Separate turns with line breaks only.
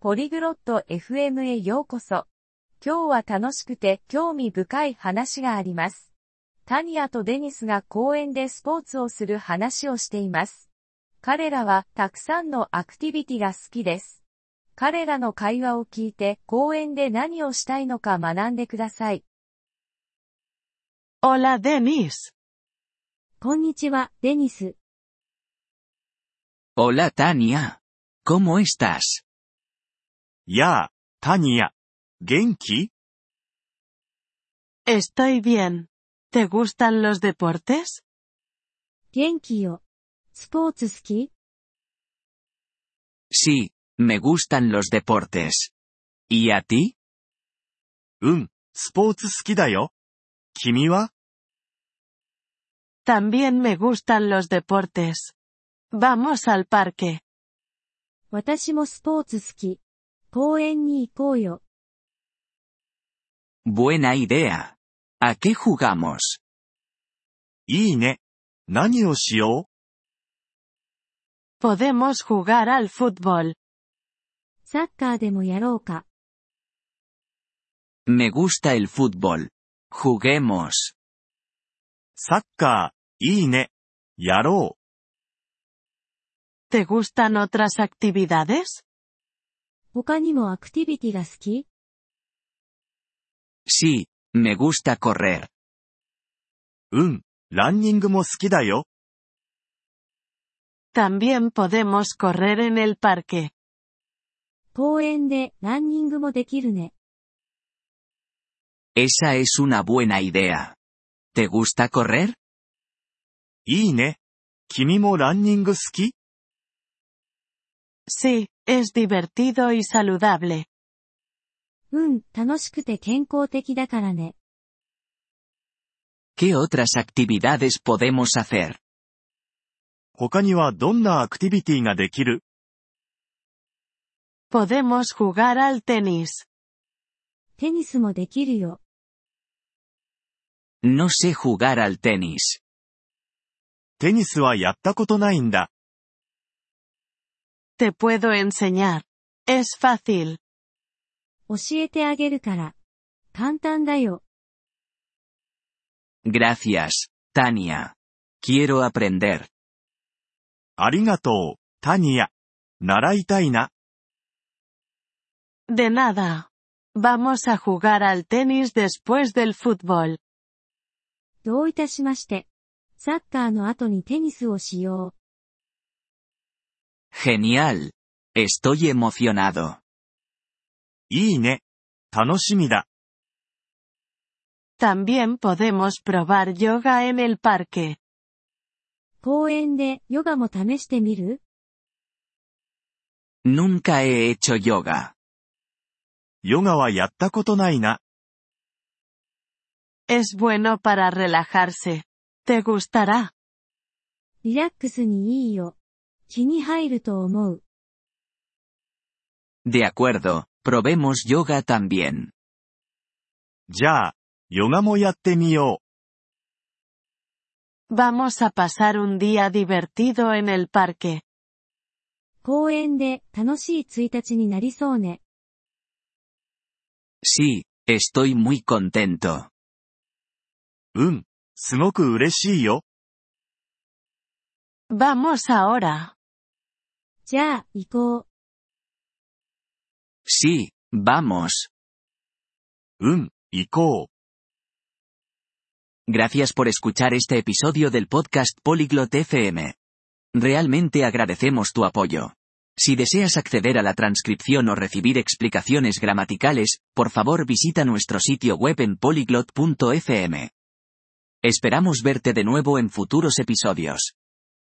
ポリグロット FM へようこそ。今日は楽しくて興味深い話があります。タニアとデニスが公園でスポーツをする話をしています。彼らはたくさんのアクティビティが好きです。彼らの会話を聞いて公園で何をしたいのか学んでください。
Hola Denis.
こんにちは、デニス。
Hola Tania. ¿Cómo estás?
やあ、タニア。元気
Estoy bien. ¿Te gustan los deportes?
元気よ。スポーツ好き
Sí, me gustan los deportes. ¿Y a ti?
うん、スポーツ好きだよ。君は
También me gustan los deportes. Vamos al parque.
私もスポーツ好き。公園に行こうよ。
Buena idea. ¿A qué jugamos?
いいね。何をしよ
Podemos jugar al fútbol.
サッカーでもやろうか。
Me gusta el fútbol. Juguemos.
うサッカー、いいね。やろ
¿Te gustan otras actividades?
他にもアクティビティが好き
Sí, me gusta correr.
う。うん、ランニングも好きだよ。
También podemos correr en el parque.
公園でランニングもできるね。
Esa es una buena idea. ¿Te gusta correr?
いいね。君もランニング好き
Sí, es divertido y saludable.
うん、楽しくて健康的だからね。
¿Qué otras actividades podemos hacer?
他にはどんなアクティビティができる
Podemos jugar al tenis.
テニスもできるよ。
No sé jugar al tenis.
テニスはやったことないんだ。
Te puedo enseñar. Es fácil.
教えてあげるから。簡単だよ。
Gracias, Tania. Quiero aprender.
ありがとう、タニア。習いたいな。
De nada. Vamos a jugar al tenis después del fútbol.
どういたしまして。サッカーの後にテニスをしよ
Genial. Estoy emocionado.
いいね。楽しみだ。
También podemos probar yoga en el parque.
う。公園でヨガも試してみる
Nunca he hecho yoga.
ヨガはやったことないな。
Es bueno para relajarse. Te gustará.
リラックスにいいよ。気に入ると思う。
De acuerdo, probemos yoga también.
じゃあ、ヨガもやってみよ
Vamos a pasar un día divertido en el parque.
公園で楽しい1日になりそうね。
Sí, estoy muy contento.
う。うん、すごく嬉しいよ。
Vamos ahora.
じゃあ、行こう。
Sí, vamos.
うん、行こう。
Gracias por escuchar este episodio del podcast Polyglot FM. Realmente agradecemos tu apoyo. Si deseas acceder a la transcripción o recibir explicaciones gramaticales, por favor visita nuestro sitio web en polyglot.fm. Esperamos verte de nuevo en futuros episodios.